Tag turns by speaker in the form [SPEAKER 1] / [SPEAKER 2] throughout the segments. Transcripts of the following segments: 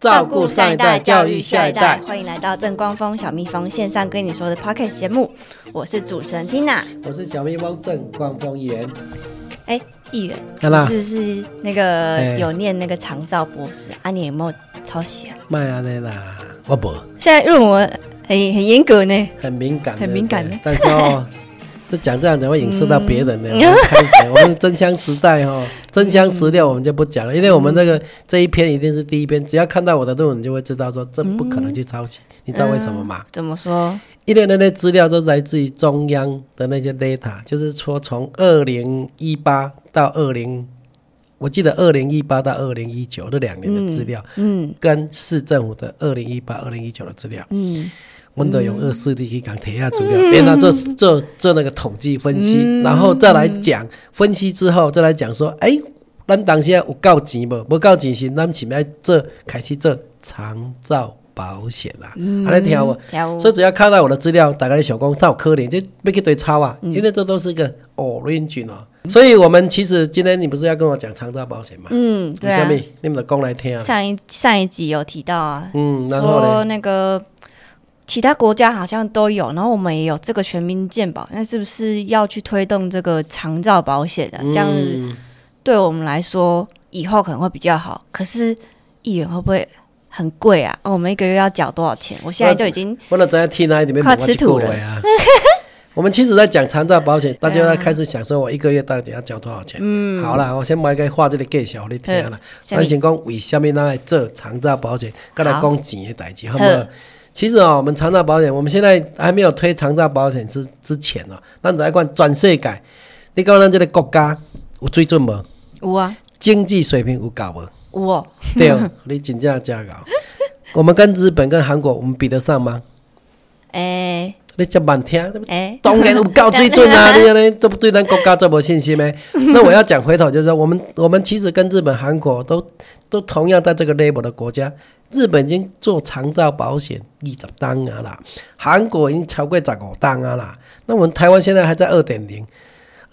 [SPEAKER 1] 照顾上一代，教育下一代。
[SPEAKER 2] 欢迎来到正光峰小蜜蜂线上跟你说的 p o c k e t 节目，我是主持人 Tina。
[SPEAKER 1] 我是小蜜蜂郑光峰议员，
[SPEAKER 2] 哎，议员，
[SPEAKER 1] 干啦
[SPEAKER 2] 是不是那个
[SPEAKER 1] 哎
[SPEAKER 2] 有念那个长照博士啊？你有没有抄袭啊？
[SPEAKER 1] 麦安内啦，我不
[SPEAKER 2] 现在论文很很严格呢。
[SPEAKER 1] 很敏感的，
[SPEAKER 2] 很敏感
[SPEAKER 1] 对
[SPEAKER 2] 的
[SPEAKER 1] 但是哦，这讲这样子会影射到别人的。我们开 始，我们是真枪实弹哦，真枪实料我们就不讲了，因为我们那个这一篇一定是第一篇，只要看到我的论文，你就会知道说这不可能去抄袭。你知道为什么吗？
[SPEAKER 2] 怎么说？
[SPEAKER 1] 因为那些资料都来自于中央的那些 data，就是说从二零一八到二零，我记得二零一八到二零一九这两年的资料，
[SPEAKER 2] 嗯
[SPEAKER 1] 跟市政府的二零一八、二零一九的资料，
[SPEAKER 2] 嗯，
[SPEAKER 1] 温德用二四地区港铁下资料，连他做做做那个统计分析，
[SPEAKER 2] 嗯
[SPEAKER 1] 然后再来讲分析之后，再来讲说，哎、咱当时有够钱无？无够钱是咱是不是要做开始做长照保险啦、啊？
[SPEAKER 2] 嗯
[SPEAKER 1] 安尼、听有无？
[SPEAKER 2] 跳舞
[SPEAKER 1] 所以只要看到我的资料，大概想讲他有可怜，就被一堆抄啊，
[SPEAKER 2] 嗯
[SPEAKER 1] 因为这都是一个 orange 哦。所以我们其实今天你不是要跟我讲长照保险吗？
[SPEAKER 2] 嗯，对
[SPEAKER 1] 下
[SPEAKER 2] 啊。
[SPEAKER 1] 面你们的讲来听啊。
[SPEAKER 2] 上一上一集有提到啊，
[SPEAKER 1] 嗯，然后
[SPEAKER 2] 说
[SPEAKER 1] 呢？
[SPEAKER 2] 那个其他国家好像都有，然后我们也有这个全民健保，那是不是要去推动这个长照保险啊？这样子
[SPEAKER 1] 嗯
[SPEAKER 2] 对我们来说以后可能会比较好。可是一元会不会很贵啊？哦我们一个月要缴多少钱？我现在就已经
[SPEAKER 1] 我都知道天哪，里面
[SPEAKER 2] 靠
[SPEAKER 1] 问我
[SPEAKER 2] 吃
[SPEAKER 1] 一
[SPEAKER 2] 土
[SPEAKER 1] 句话啊。 我们其实在讲长照保险，大家要开始想说，我一个月到底要交多少钱？嗯，好啦，我先买个画这个介绍你听啦。
[SPEAKER 2] 下
[SPEAKER 1] 咱
[SPEAKER 2] 面
[SPEAKER 1] 先讲为什么咱来做长照保险，跟来讲钱的代志，好不
[SPEAKER 2] 好
[SPEAKER 1] 好？其实哦，我们长照保险，我们现在还没有推长照保险之之前哦，咱来看全世界，你讲咱这个国家有水准无？
[SPEAKER 2] 无啊
[SPEAKER 1] 经济水平有够 无？
[SPEAKER 2] 无哦，
[SPEAKER 1] 对哦，你真正真高。我们跟日本、跟韩国，我们比得上吗？
[SPEAKER 2] 哎
[SPEAKER 1] 你这慢听，对不对
[SPEAKER 2] 哎，
[SPEAKER 1] 当然有够水准啊！你安尼这不对咱国家这么信心咩？那我要讲回头就是说，我们我们其实跟日本、韩国都都同样在这个 level 的国家，日本已经做长照保险二十档啊啦，韩国已经超过十五档啊啦。那我们台湾现在还在二点零，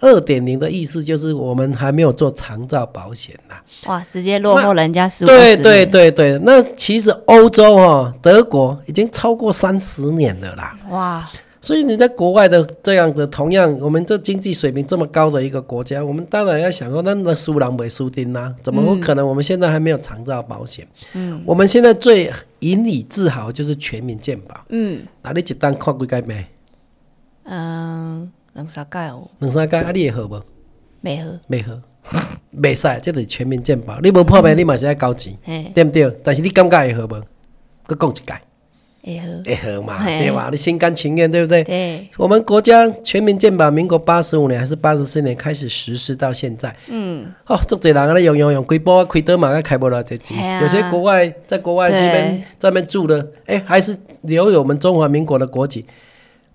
[SPEAKER 1] 二点零的意思就是我们还没有做长照保险呐、
[SPEAKER 2] 哇，直接落后人家十五
[SPEAKER 1] 对对，对对，那其实欧洲哦，德国已经超过三十年了啦。
[SPEAKER 2] 哇，
[SPEAKER 1] 所以你在国外的这样的同样，我们这经济水平这么高的一个国家，我们当然要想说，那那输狼没输丁啦、怎么会可能？我们现在还没有长照保险，嗯，我们现在最引以自豪就是全民健保。
[SPEAKER 2] 嗯
[SPEAKER 1] 啊，你一单看几届没？
[SPEAKER 2] 嗯，能啥盖哦？
[SPEAKER 1] 两三届啊，你会好无？
[SPEAKER 2] 没喝，
[SPEAKER 1] 没好，袂使，这就是全民健保。你无破病，你嘛是要交钱，
[SPEAKER 2] 嘿，
[SPEAKER 1] 对不对？但是你感觉会好无？佮讲一届
[SPEAKER 2] 没喝，
[SPEAKER 1] 会好嘛？
[SPEAKER 2] 嘿
[SPEAKER 1] 对吧？你心甘情愿，对不对？
[SPEAKER 2] 对，
[SPEAKER 1] 我们国家全民健保，民国八十五年还是八十四年开始实施到现在。嗯，哦，足侪人啊，用用用，规波啊，开刀嘛，开不了这钱
[SPEAKER 2] 嘿。啊
[SPEAKER 1] 有些国外在国外这
[SPEAKER 2] 对
[SPEAKER 1] 边在那边住的，哎，还是留有我们中华民国的国籍。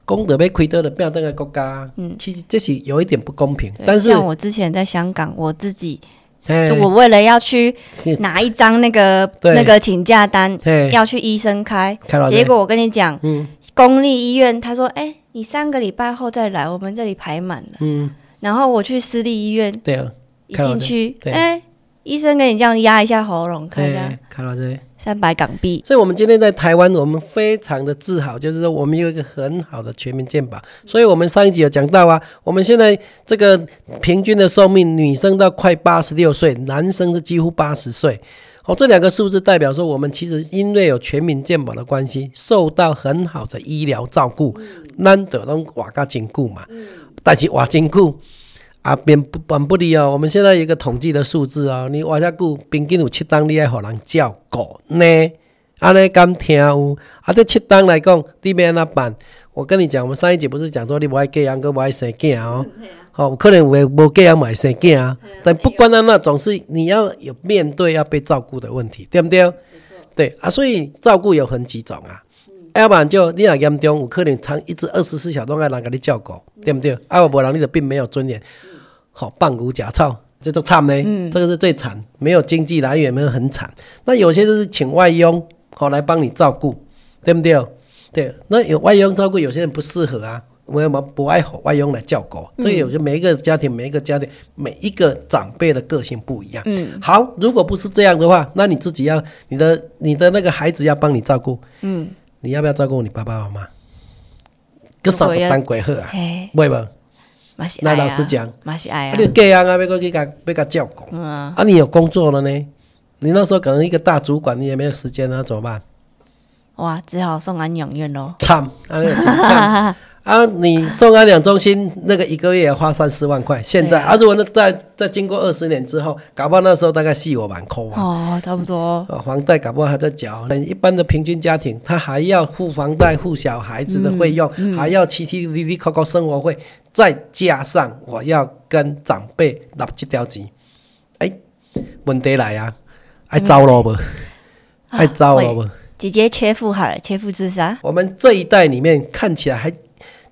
[SPEAKER 1] 功德被亏得的，不要那个国家，嗯，其实这是有一点不公平。
[SPEAKER 2] 对
[SPEAKER 1] 但是，
[SPEAKER 2] 像我之前在香港，我自己
[SPEAKER 1] 哎
[SPEAKER 2] 就我为了要去
[SPEAKER 1] 嘿
[SPEAKER 2] 拿一张那个
[SPEAKER 1] 对
[SPEAKER 2] 那个请假单，
[SPEAKER 1] 嘿，
[SPEAKER 2] 要去医生开，
[SPEAKER 1] 看到
[SPEAKER 2] 结果我跟你讲，
[SPEAKER 1] 嗯
[SPEAKER 2] 公立医院他说，哎、你三个礼拜后再来，我们这里排满了。
[SPEAKER 1] 嗯，
[SPEAKER 2] 然后我去私立医院，
[SPEAKER 1] 对啊，
[SPEAKER 2] 一
[SPEAKER 1] 看到
[SPEAKER 2] 进
[SPEAKER 1] 这
[SPEAKER 2] 去，
[SPEAKER 1] 对
[SPEAKER 2] 哎、医生给你这样压一下喉咙，看一下
[SPEAKER 1] 哎，看到这。
[SPEAKER 2] 三百港币，
[SPEAKER 1] 所以，我们今天在台湾，我们非常的自豪，就是说我们有一个很好的全民健保。所以，我们上一集有讲到啊，我们现在这个平均的寿命，女生到快八十六岁，男生是几乎八十岁。哦，这两个数字代表说，我们其实因为有全民健保的关系，受到很好的医疗照顾，难得能活到真久嘛。但是活真久啊，并不并不利哦。我们现在有一个统计的数字哦，你活遮久，平均有七档你爱互人照顾呢。安尼敢听有？啊，这七档来讲，你要安怎办？我跟你讲，我们上一集不是讲说你无爱嫁人，佮无爱生囝哦。好、有可能有的无嫁人，嘛会生囝啊。但不管安那，总是你要有面对要被照顾的问题，对不对？对啊，所以照顾有很几种啊。要不然就你若严重，有可能长一直二十四小时都爱人甲你照顾，对不对？啊，无人你就并没有尊严，好、棒骨假操，这都惨呢。这个是最惨，没有经济来源，没有很惨。那有些就是请外佣，好、来帮你照顾，对不对？对，那有外佣照顾，有些人不适合啊。我们不爱吼外佣来叫狗，这个有些每一个家庭、每一个家庭、每一个长辈的个性不一样。嗯，好，如果不是这样的话，那你自己要你的你的那个孩子要帮你照顾，嗯，你要不要照顾你爸爸妈妈？个嫂子当鬼喝啊，
[SPEAKER 2] 嘿，
[SPEAKER 1] 会吧？
[SPEAKER 2] 嘛是
[SPEAKER 1] 那
[SPEAKER 2] 爱啊
[SPEAKER 1] 老实讲，
[SPEAKER 2] 嘛是爱
[SPEAKER 1] 啊
[SPEAKER 2] 啊嗯
[SPEAKER 1] 你，嫁人啊，要过去甲要甲照顾，啊，你有工作了呢，你那时候可能一个大主管，你也没有时间啊，怎么办？
[SPEAKER 2] 哇，只好送安养院喽。
[SPEAKER 1] 惨，啊，那很 惨。啊，你送安养中心那个一个月也花三四万块，现在
[SPEAKER 2] 对
[SPEAKER 1] 啊如果那再再经过二十年之后，搞不好那时候大概四五万块啊，
[SPEAKER 2] 哦，差 不多，
[SPEAKER 1] 哦，房贷搞不好还在缴。很一般的平均家庭，他还要付房贷、付小孩子的费用，
[SPEAKER 2] 嗯
[SPEAKER 1] 还要七七零零扣扣生活费，再加上我要跟长辈立这条钱，哎，问题来啊，爱走路无？
[SPEAKER 2] 啊
[SPEAKER 1] 爱走路无？
[SPEAKER 2] 直接切腹好了，切腹自杀。
[SPEAKER 1] 我们这一代里面看起来还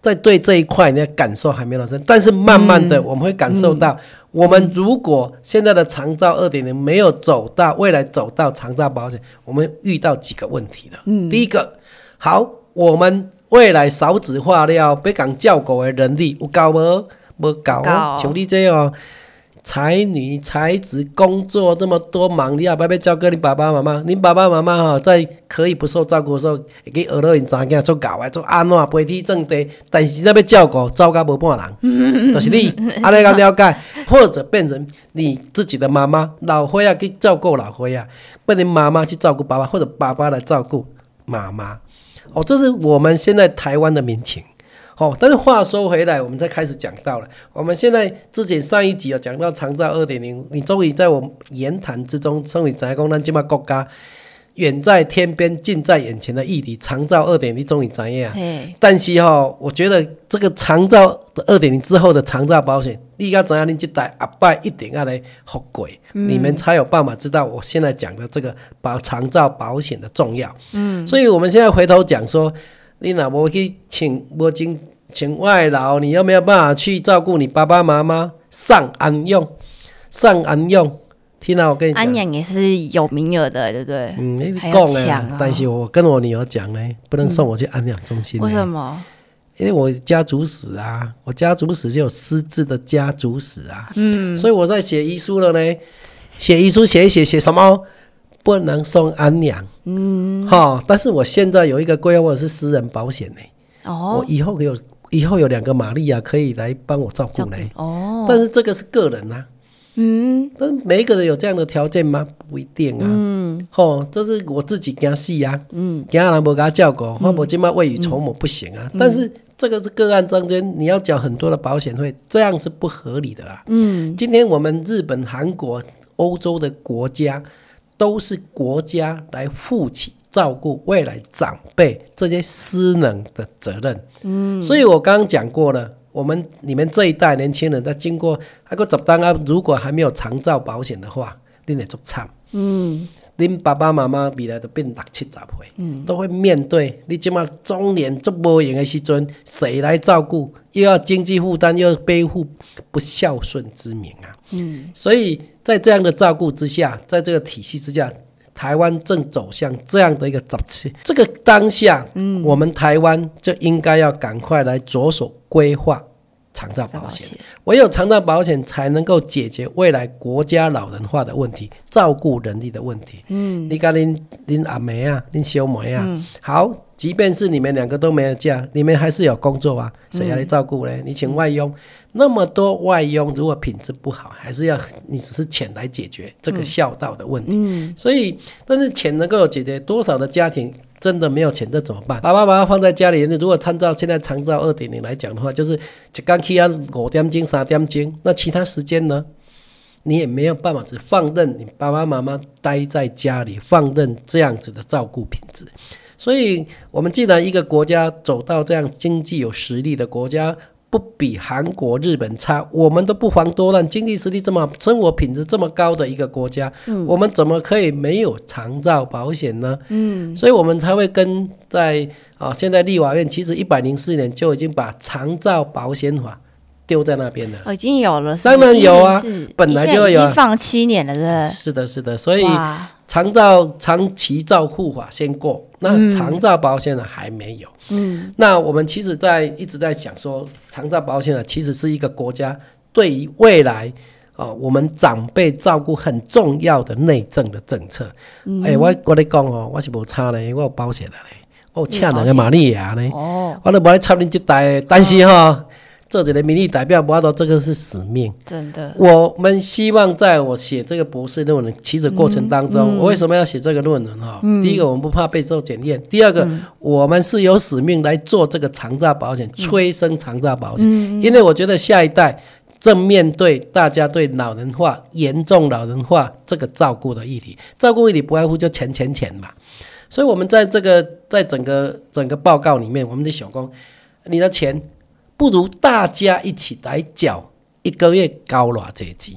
[SPEAKER 1] 在对这一块呢感受还没到深，但是慢慢的我们会感受到，我们如果现在的长照二点零没有走到未来走到长照保险，我们遇到几个问题了。嗯，第一个，好，我们未来少子化了，别讲教狗的能力有够无？无够
[SPEAKER 2] 有够
[SPEAKER 1] 哦，像你这样哦。才女、才子，工作这么多忙，你也不要交给你爸爸妈妈。你爸爸妈妈吼，在可以不受照顾的时候，会去学到因查囝做教的，做安怎陪天种地，但是那要照顾，照顾无半人，就是你，安尼敢了解？或者变成你自己的妈妈，老伙仔去照顾老伙仔，变成妈妈去照顾爸爸，或者爸爸来照顾妈妈。哦，这是我们现在台湾的民情。哦，但是话说回来，我们再开始讲到了，我们现在之前上一集有讲到长照二点零，你终于在我们言谈之中，身为宅工，咱今嘛国家远在天边，近在眼前的议题，长照二点零终于怎样啊？
[SPEAKER 2] 嘿，
[SPEAKER 1] 但是哈、我觉得这个长照的二点零之后的长照保险，你要怎样？你这代阿爸一定要来复贵，
[SPEAKER 2] 嗯
[SPEAKER 1] 你们才有办法知道我现在讲的这个保长照保险的重要。嗯，所以我们现在回头讲说，你若无去请无经请外劳，你又没有办法去照顾你爸爸妈妈，上安用，上安用。听到我跟你讲
[SPEAKER 2] 安，养也是有名额的，对不对？
[SPEAKER 1] 嗯，你
[SPEAKER 2] 还
[SPEAKER 1] 讲
[SPEAKER 2] 要
[SPEAKER 1] 了
[SPEAKER 2] 抢
[SPEAKER 1] 啦
[SPEAKER 2] 啊，
[SPEAKER 1] 但是我跟我女儿讲呢，不能送我去安养中心呢。
[SPEAKER 2] 为什么？
[SPEAKER 1] 因为我家族史啊，我家族史就有失智的家族史啊，嗯，所以我在写遗书了呢，写遗书写一写写什么？不能送安养，嗯，哈，但是我现在有一个规划，我是私人保险呢、我
[SPEAKER 2] 哦，
[SPEAKER 1] 以后有以后有两个玛利亚可以来帮我照顾呢，
[SPEAKER 2] 哦，
[SPEAKER 1] 但是这个是个人呐、
[SPEAKER 2] 嗯，
[SPEAKER 1] 但是每一个人有这样的条件吗？不一定啊。嗯，吼，这是我自己惊死啊。嗯，惊人无给他照顾，我无即马未雨绸缪不行啊。但是这个是个案当中，你要缴很多的保险费，这样是不合理的啊。嗯，今天我们日本、韩国、欧洲的国家都是国家来负起。照顾未来长辈这些失能的责任，嗯，所以我刚刚讲过了，我们你们这一代年轻人，在经过还个十当啊，如果还没有长照保险的话，恁会足惨。嗯，恁爸爸妈妈未来都变六七十岁，嗯，都会面对你即马中年足无用的时阵，谁来照顾？又要经济负担，又要背负不孝顺之名啊。嗯，所以在这样的照顾之下，在这个体系之下。台湾正走向这样的一个早期，这个当下，嗯，我们台湾就应该要赶快来着手规划长照
[SPEAKER 2] 在
[SPEAKER 1] 保
[SPEAKER 2] 保
[SPEAKER 1] 险。
[SPEAKER 2] 险，
[SPEAKER 1] 唯有长照保险才能够解决未来国家老人化的问题、照顾人力的问题。嗯，你看您您阿梅啊，您小梅啊，好，即便是你们两个都没有嫁，你们还是有工作啊，谁来照顾呢？你请外佣，那么多外佣，如果品质不好，还是要你只是钱来解决这个孝道的问题。嗯，所以但是钱能够解决多少的家庭？真的没有钱，这怎么办？爸爸妈妈放在家里，如果参照现在长照二点零来讲的话，就是一刚起啊五点钟、三点钟，那其他时间呢？你也没有办法只放任你爸爸妈妈待在家里，放任这样子的照顾品质。所以，我们既然一个国家走到这样经济有实力的国家，不比韩国、日本差，我们都不遑多让，经济实力这么、生活品质这么高的一个国家，我们怎么可以没有长照保险呢？嗯，所以我们才会跟在啊，现在立法院其实一百零四年就已经把长照保险法。丢在那边了。
[SPEAKER 2] 哦，已经有了，
[SPEAKER 1] 当然有啊
[SPEAKER 2] 是不是已经是
[SPEAKER 1] 本来就有啊
[SPEAKER 2] 已经放七年了，对不
[SPEAKER 1] 是的，是的，所
[SPEAKER 2] 对？
[SPEAKER 1] 以
[SPEAKER 2] 呃哇，
[SPEAKER 1] 长照长期照护法先过，那长照保险呢还没有。嗯，那我们其实在一直在讲说，长照保险呢其实是一个国家对于未来。哦，我们长辈照顾很重要的内政的政策。哎、我我咧讲哦，我是无差咧，我有保险的咧，我有请人个玛利亚咧。
[SPEAKER 2] 哦，
[SPEAKER 1] 我都无来插恁这代，但是哈、做一个民意代表，我到这个是使命。
[SPEAKER 2] 真的，
[SPEAKER 1] 我们希望在我写这个博士论文的起始过程当中，我为什么要写这个论文哈、第一个，我们不怕被受检验；第二个，我们是有使命来做这个长照保险，催生长照保险，因为我觉得下一代。正面对大家对老人化、严重老人化这个照顾的议题，照顾议题不外乎就钱钱钱嘛。所以我们在这个在整个整个报告里面，我们的小工，你的钱不如大家一起来缴一个月高偌济钱，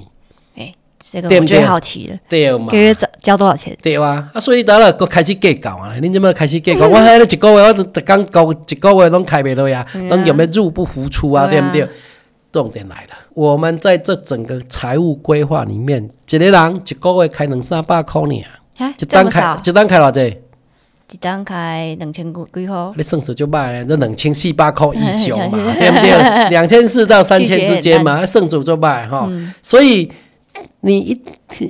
[SPEAKER 2] 哎，这个
[SPEAKER 1] 对
[SPEAKER 2] 我
[SPEAKER 1] 不对
[SPEAKER 2] 最好奇了，
[SPEAKER 1] 对
[SPEAKER 2] 一
[SPEAKER 1] 嘛
[SPEAKER 2] 个？月交交多少钱？
[SPEAKER 1] 对啊，啊，所以到了佫开始计较啊，恁即摆开始
[SPEAKER 2] 嗯
[SPEAKER 1] 计较，我迄个一个月我都逐工交一个月拢开袂落啊，拢有要入不敷出啊，对
[SPEAKER 2] 嗯对
[SPEAKER 1] 不
[SPEAKER 2] 啊
[SPEAKER 1] 对？重点来了，我们在这整个财务规划里面，一个人一个月开两三百块呢，
[SPEAKER 2] 哎，
[SPEAKER 1] 一
[SPEAKER 2] 这
[SPEAKER 1] 单
[SPEAKER 2] 么
[SPEAKER 1] 开
[SPEAKER 2] 少，
[SPEAKER 1] 一单开偌济？
[SPEAKER 2] 一单开两千几几块，，
[SPEAKER 1] 你算数就卖了，这两千四百块以上嘛 对不对？两千四到三千之间
[SPEAKER 2] 拒
[SPEAKER 1] 嘛，算数就卖哈。
[SPEAKER 2] 嗯
[SPEAKER 1] 所以你一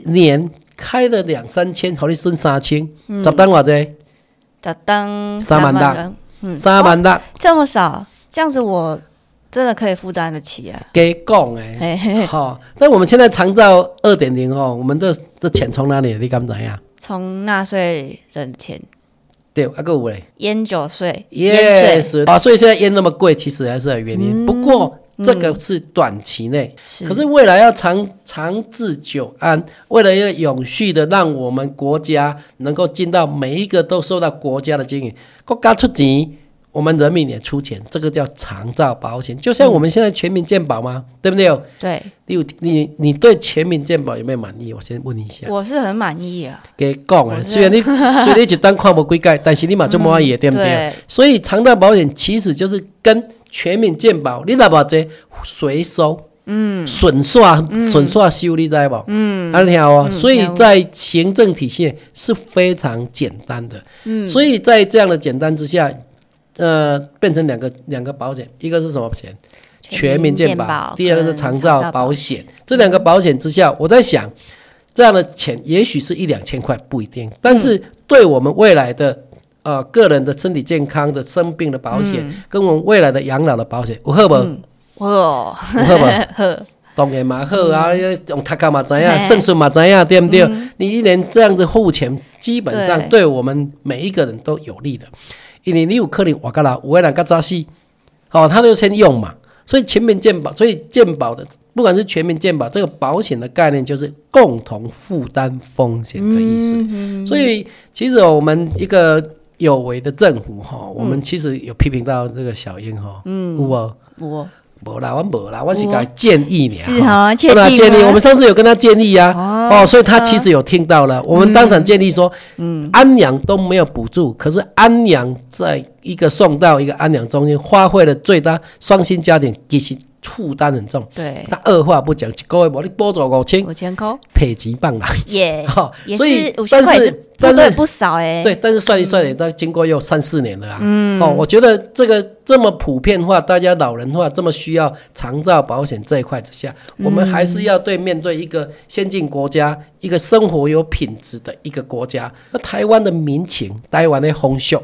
[SPEAKER 1] 年开了两三千，好你剩三千，
[SPEAKER 2] 嗯
[SPEAKER 1] 十单偌济？
[SPEAKER 2] 一单
[SPEAKER 1] 三万大
[SPEAKER 2] 元，嗯，
[SPEAKER 1] 三万六。
[SPEAKER 2] 这么少，这样子我真的可以负担得起啊，哎
[SPEAKER 1] 给讲诶，
[SPEAKER 2] 嘿嘿，嘿
[SPEAKER 1] 好、但我们现在长照二点零哦，我们这这钱从哪里来？你敢怎样？
[SPEAKER 2] 从纳税人钱、
[SPEAKER 1] 对，阿个五嘞
[SPEAKER 2] 烟酒税、
[SPEAKER 1] 耶
[SPEAKER 2] 烟税
[SPEAKER 1] 是啊，所以现在烟那么贵，其实还是有原因。
[SPEAKER 2] 嗯
[SPEAKER 1] 不过这个是短期内，
[SPEAKER 2] 是，
[SPEAKER 1] 可是未来要长长治久安，为了要永续的让我们国家能够尽到每一个都受到国家的经营，国家出钱，我们人民也出钱，这个叫长照保险。就像我们现在全民健保嘛，对不对？
[SPEAKER 2] 对，
[SPEAKER 1] 你有你你对全民健保有没有满意？我先问一下，
[SPEAKER 2] 我是很满意啊，
[SPEAKER 1] 给讲
[SPEAKER 2] 我嗯
[SPEAKER 1] 诶，
[SPEAKER 2] 是
[SPEAKER 1] 虽然你虽然你一单看无几届，但是你嘛就满意的，对不对？啊
[SPEAKER 2] 对，
[SPEAKER 1] 所以长照保险其实就是跟全民健保，你若偌这随收，嗯，顺刷顺刷收，你知无？嗯，安听哦。
[SPEAKER 2] 嗯
[SPEAKER 1] 所以
[SPEAKER 2] 了解
[SPEAKER 1] 在行政体系是非常简单的，嗯，所以在这样的简单之下，呃，变成两个两个保险，一个是什么险？全民健保，第二个是
[SPEAKER 2] 跟
[SPEAKER 1] 长照保险。这两个保险之下，我在想，这样的钱也许是一两千块不一定，但是对我们未来的呃个人的身体健康的生病的保
[SPEAKER 2] 嗯
[SPEAKER 1] 险， 跟我们未来的养老的保险，有好不？
[SPEAKER 2] 哦，
[SPEAKER 1] 有好不？当然嘛好啊，用他干嘛怎样，
[SPEAKER 2] 嗯嘿嗯
[SPEAKER 1] 胜算嘛怎样，对不对？你一年这样子付钱，基本上
[SPEAKER 2] 对
[SPEAKER 1] 对我们每一个人都有利的，因为你有可能我干啦，有个人较早死，哦，他就先用嘛。所以全民健保，所以健保的不管是全民健保这个保险的概念，就是共同负担风险的意思。
[SPEAKER 2] 嗯
[SPEAKER 1] 所以其实我们一个有为的政府哈，
[SPEAKER 2] 嗯
[SPEAKER 1] 我们其实有批评到这个小英哈，嗯，有无？
[SPEAKER 2] 我
[SPEAKER 1] 无啦，我无啦，我是给他建议你
[SPEAKER 2] 哦
[SPEAKER 1] 啊
[SPEAKER 2] 是哈确
[SPEAKER 1] 对啦
[SPEAKER 2] 定
[SPEAKER 1] 哦建议。
[SPEAKER 2] 吗嗯
[SPEAKER 1] 我们上次有跟他建议啊，哦，所以他其实有听到了。我们当场建议说，嗯，安阳都没有补助，可是安阳在一个送到一个安阳中间，花费了最大双薪家庭其实负担很重。
[SPEAKER 2] 对，
[SPEAKER 1] 他二话不讲，一个月无你补助五千，
[SPEAKER 2] 五千块
[SPEAKER 1] 赔钱棒啦。
[SPEAKER 2] 耶，
[SPEAKER 1] 哈
[SPEAKER 2] 也
[SPEAKER 1] 所以
[SPEAKER 2] 是五
[SPEAKER 1] 但
[SPEAKER 2] 千块也
[SPEAKER 1] 是
[SPEAKER 2] 是
[SPEAKER 1] 但
[SPEAKER 2] 不
[SPEAKER 1] 是
[SPEAKER 2] 对不少哎，
[SPEAKER 1] 对，但是算一算也到经过又三四年了啊。哦，我觉得这个这么普遍化，大家老人化这么需要长照保险这一块之下，我们还是要对面对一个先进国家，一个生活有品质的一个国家。那台湾的民情，台湾的风俗。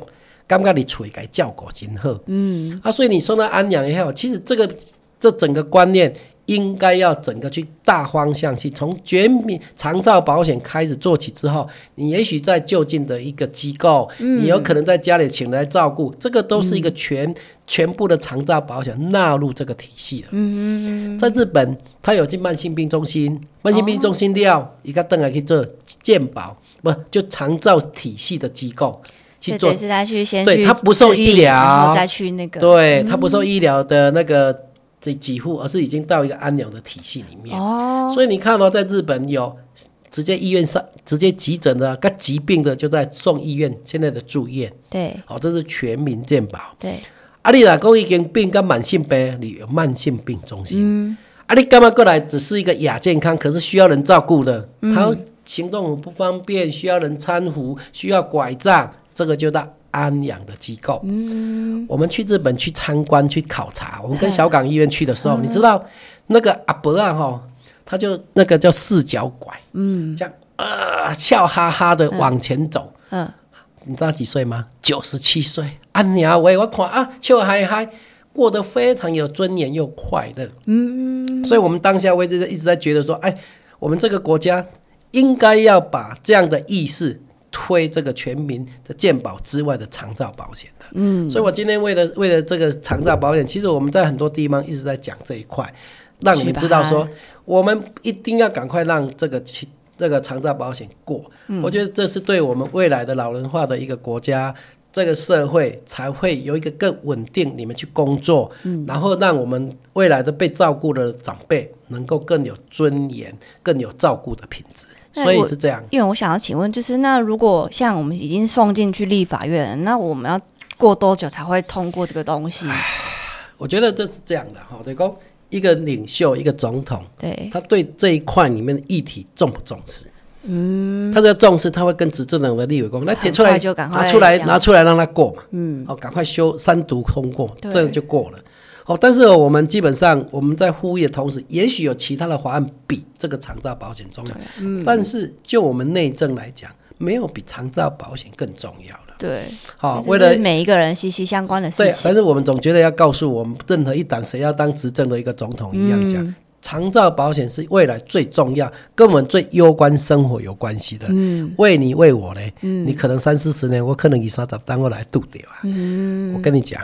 [SPEAKER 1] 感觉你嘴该照顾真好，嗯，啊，所以你说到安养也好，其实这个这整个观念应该要整个去大方向去，从全民长照保险开始做起之后，你也许在就近的一个机构，你有可能在家里请人来照顾，这个都是一个全、全部的长照保险纳入这个体系的。嗯嗯在日本，它有进慢性病中心，慢性病中心了，一个邓来去做健保，不就长照体系的机构去
[SPEAKER 2] 对，
[SPEAKER 1] 做
[SPEAKER 2] 得是他去先
[SPEAKER 1] 对
[SPEAKER 2] 去
[SPEAKER 1] 他不受
[SPEAKER 2] 治
[SPEAKER 1] 医
[SPEAKER 2] 病
[SPEAKER 1] 疗
[SPEAKER 2] 然后再去那个
[SPEAKER 1] 对，它不受医疗的那个这几户，而是已经到一个安养的体系里面。
[SPEAKER 2] 哦，
[SPEAKER 1] 所以你看哦，在日本有直接医院上直接急诊的，跟疾病的就在送医院，现在的住院，
[SPEAKER 2] 对
[SPEAKER 1] 哦，这是全民健保。
[SPEAKER 2] 对
[SPEAKER 1] 啊，你若讲已经病跟慢性病，你有慢性病中心。啊，你干嘛过来只是一个亚健康，可是需要人照顾的，他行动不方便，需要人搀扶，需要拐杖，这个就到安养的机构。嗯，我们去日本去参观去考察，我们跟小港医院去的时候，你知道那个阿伯啊哈，他就那个叫四脚拐，嗯，这样啊笑哈哈的往前走。
[SPEAKER 2] 嗯，
[SPEAKER 1] 你知道几岁吗？九十七岁。啊娘喂，我看啊，笑嗨嗨，过得非常有尊严又快乐。嗯，所以我们当下我一直一直在觉得说，哎，我们这个国家应该要把这样的意识推这个全民的健保之外的长照保险的。嗯，所以我今天为了为了这个长照保险，其实我们在很多地方一直在讲这一块，让你们知道说，我们一定要赶快让这个其这个长照保险过。我觉得这是对我们未来的老人化的一个国家。这个社会才会有一个更稳定，你们去工作，
[SPEAKER 2] 嗯
[SPEAKER 1] 然后让我们未来的被照顾的长辈能够更有尊严、更有照顾的品质。
[SPEAKER 2] 那
[SPEAKER 1] 所以
[SPEAKER 2] 我
[SPEAKER 1] 是这样，
[SPEAKER 2] 因为我想要请问，就是那如果像我们已经送进去立法院，那我们要过多久才会通过这个东西？
[SPEAKER 1] 我觉得这是这样的哈。得讲一个领袖，一个总统，
[SPEAKER 2] 对，
[SPEAKER 1] 他对这一块里面的议题重不重视？嗯，他只要重视，他会跟执政党的立委讲，那提出来
[SPEAKER 2] 很快就赶快
[SPEAKER 1] 拿出来
[SPEAKER 2] 讲
[SPEAKER 1] 拿出来让他过嘛，嗯，哦，赶快修三读通过，这
[SPEAKER 2] 对
[SPEAKER 1] 个就过了。哦，但是哦我们基本上我们在呼吁的同时，也许有其他的法案比这个长照保险重
[SPEAKER 2] 啊
[SPEAKER 1] 要，嗯，但是就我们内政来讲，没有比长照保险更重要了。
[SPEAKER 2] 对，
[SPEAKER 1] 好、
[SPEAKER 2] 这
[SPEAKER 1] 哦为了
[SPEAKER 2] 是每一个人息息相关的
[SPEAKER 1] 对
[SPEAKER 2] 事，情
[SPEAKER 1] 但。是我们总觉得要告诉我们任何一党谁要当执政的一个总统一样讲，长照保险是未来最重要，跟我们最攸关生活有关系的。嗯，为你为我嘞，你可能三四十年，我可能以三十单位来度掉啊。嗯，我跟你讲，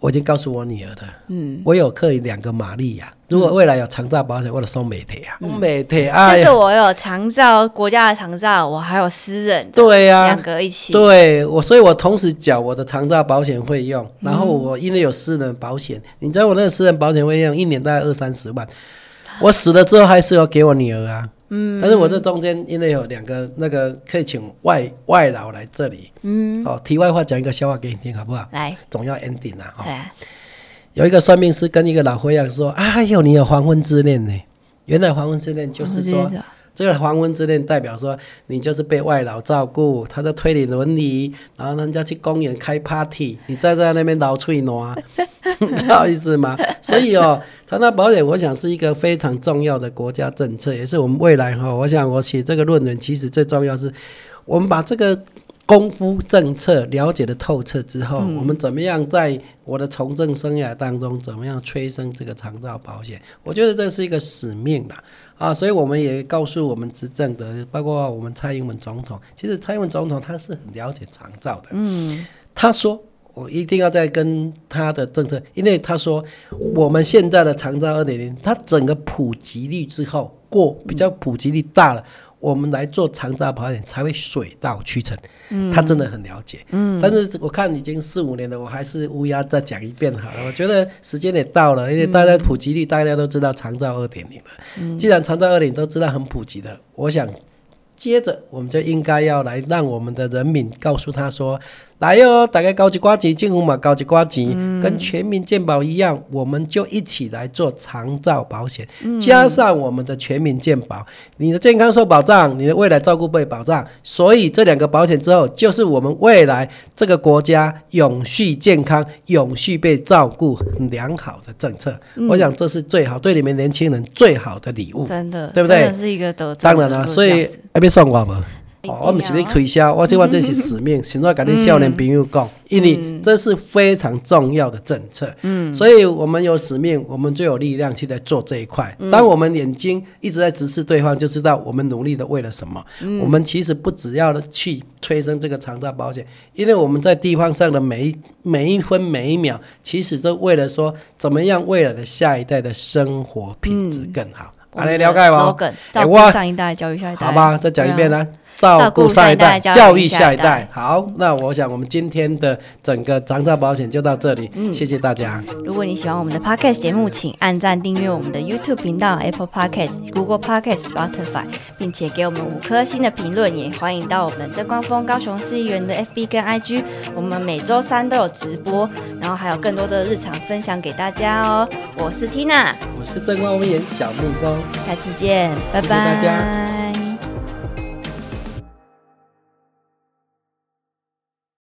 [SPEAKER 1] 我已经告诉我女儿的，嗯，我有刻意两个玛丽亚，如果未来有长照保险，我得送美腿啊，美腿啊，哎
[SPEAKER 2] 就是
[SPEAKER 1] 呀
[SPEAKER 2] 我有长照国家的长照，我还有私人的，
[SPEAKER 1] 对呀、
[SPEAKER 2] 两个一起。
[SPEAKER 1] 啊对我，所以我同时缴我的长照保险费用，然后我因为有私人保险，你知道我那个私人保险费用一年大概二三十万，我死了之后还是要给我女儿啊。嗯，但是我这中间因为有两个那个可以请外外劳来这里，嗯，哦，题外话讲一个笑话给你听好不好？
[SPEAKER 2] 来，
[SPEAKER 1] 总要 ending 啊，哦，
[SPEAKER 2] 对，
[SPEAKER 1] 有一个算命师跟一个老灰样说：“哎呦，你有黄昏之恋呢。”原来黄昏之恋就是
[SPEAKER 2] 我
[SPEAKER 1] 说
[SPEAKER 2] 直接，走
[SPEAKER 1] 这个黄昏之恋代表说，你就是被外劳照顾，他在推理伦理，然后人家去公园开 party，你站在那边老脆挪， 你知道意思吗？所以哦，长照保险，我想是一个非常重要的国家政策，也是我们未来哈、我想我写这个论文，其实最重要是，我们把这个功夫政策了解的透彻之后，我们怎么样在我的从政生涯当中，怎么样催生这个长照保险？我觉得这是一个使命啦，啊，所以我们也告诉我们执政的，包括我们蔡英文总统，其实蔡英文总统他是很了解长照的，嗯，他说。我一定要再跟他的政策，因为他说我们现在的长照二点零，它整个普及率之后过比较普及率大了，我们来做长照保险才会水到渠成。他真的很了解。嗯，但是我看已经四五年了，我还是乌鸦再讲一遍好了。我觉得时间也到了，因为大家普及率大家都知道长照二点零了。既然长照二点都知道很普及的，我想接着我们就应该要来让我们的人民告诉他说。来哟、大概高级瓜级，进入嘛高级瓜级，跟全民健保一样，我们就一起来做长照保险，加上我们的全民健保，你的健康受保障，你的未来照顾被保障，所以这两个保险之后，就是我们未来这个国家永续健康、永续被照顾很良好的政策。我想这是最好对你们年轻人最好的礼物。
[SPEAKER 2] 真的，
[SPEAKER 1] 哦对不对
[SPEAKER 2] 真的是一个得政
[SPEAKER 1] 当然啦、
[SPEAKER 2] 就是
[SPEAKER 1] 所
[SPEAKER 2] 哦这
[SPEAKER 1] 以
[SPEAKER 2] 样子
[SPEAKER 1] 还别算我嘛。
[SPEAKER 2] 一定啊嗯
[SPEAKER 1] 哦，我不是要
[SPEAKER 2] 要
[SPEAKER 1] 推销，我这话这是使命，想要跟你少年朋友
[SPEAKER 2] 嗯
[SPEAKER 1] 讲，因为这是非常重要的政策，嗯，所以我们有使命，我们就有力量去在做这一块。
[SPEAKER 2] 嗯
[SPEAKER 1] 当我们眼睛一直在直视对方，就知道我们努力的为了什么。
[SPEAKER 2] 嗯
[SPEAKER 1] 我们其实不只要去催生这个长照保险，因为我们在地方上的每一每一分每一秒，其实都为了说怎么样未来的下一代的生活品质更好。
[SPEAKER 2] 嗯我
[SPEAKER 1] 啊，
[SPEAKER 2] 们
[SPEAKER 1] 你
[SPEAKER 2] 的
[SPEAKER 1] 了解吗？
[SPEAKER 2] slogan，
[SPEAKER 1] 哎
[SPEAKER 2] 照顾
[SPEAKER 1] 我
[SPEAKER 2] 上一代，教育下一代。
[SPEAKER 1] 好吧，再讲一遍
[SPEAKER 2] 对啊。
[SPEAKER 1] 呢、照
[SPEAKER 2] 照
[SPEAKER 1] 顾
[SPEAKER 2] 顾
[SPEAKER 1] 上
[SPEAKER 2] 上
[SPEAKER 1] 一
[SPEAKER 2] 一
[SPEAKER 1] 代，
[SPEAKER 2] 代
[SPEAKER 1] 教
[SPEAKER 2] 教
[SPEAKER 1] 育
[SPEAKER 2] 育
[SPEAKER 1] 下
[SPEAKER 2] 下
[SPEAKER 1] 一
[SPEAKER 2] 一
[SPEAKER 1] 代
[SPEAKER 2] 代。
[SPEAKER 1] 好，那我想我们今天的整个长照保险就到这里，谢谢大家。
[SPEAKER 2] 如果你喜欢我们的 Podcast 节目，请按赞订阅我们的 YouTube 频道、Apple Podcast、Google Podcast、Spotify，并且给我们五颗星的评论。也欢迎到我们曾光峰高雄市议员的 FB 跟 IG，我们每周三都有直播，然后还有更多的日常分享给大家哦。我是 Tina，
[SPEAKER 1] 我是正光威严小木工。
[SPEAKER 2] 下次见，拜拜，
[SPEAKER 1] 谢谢大家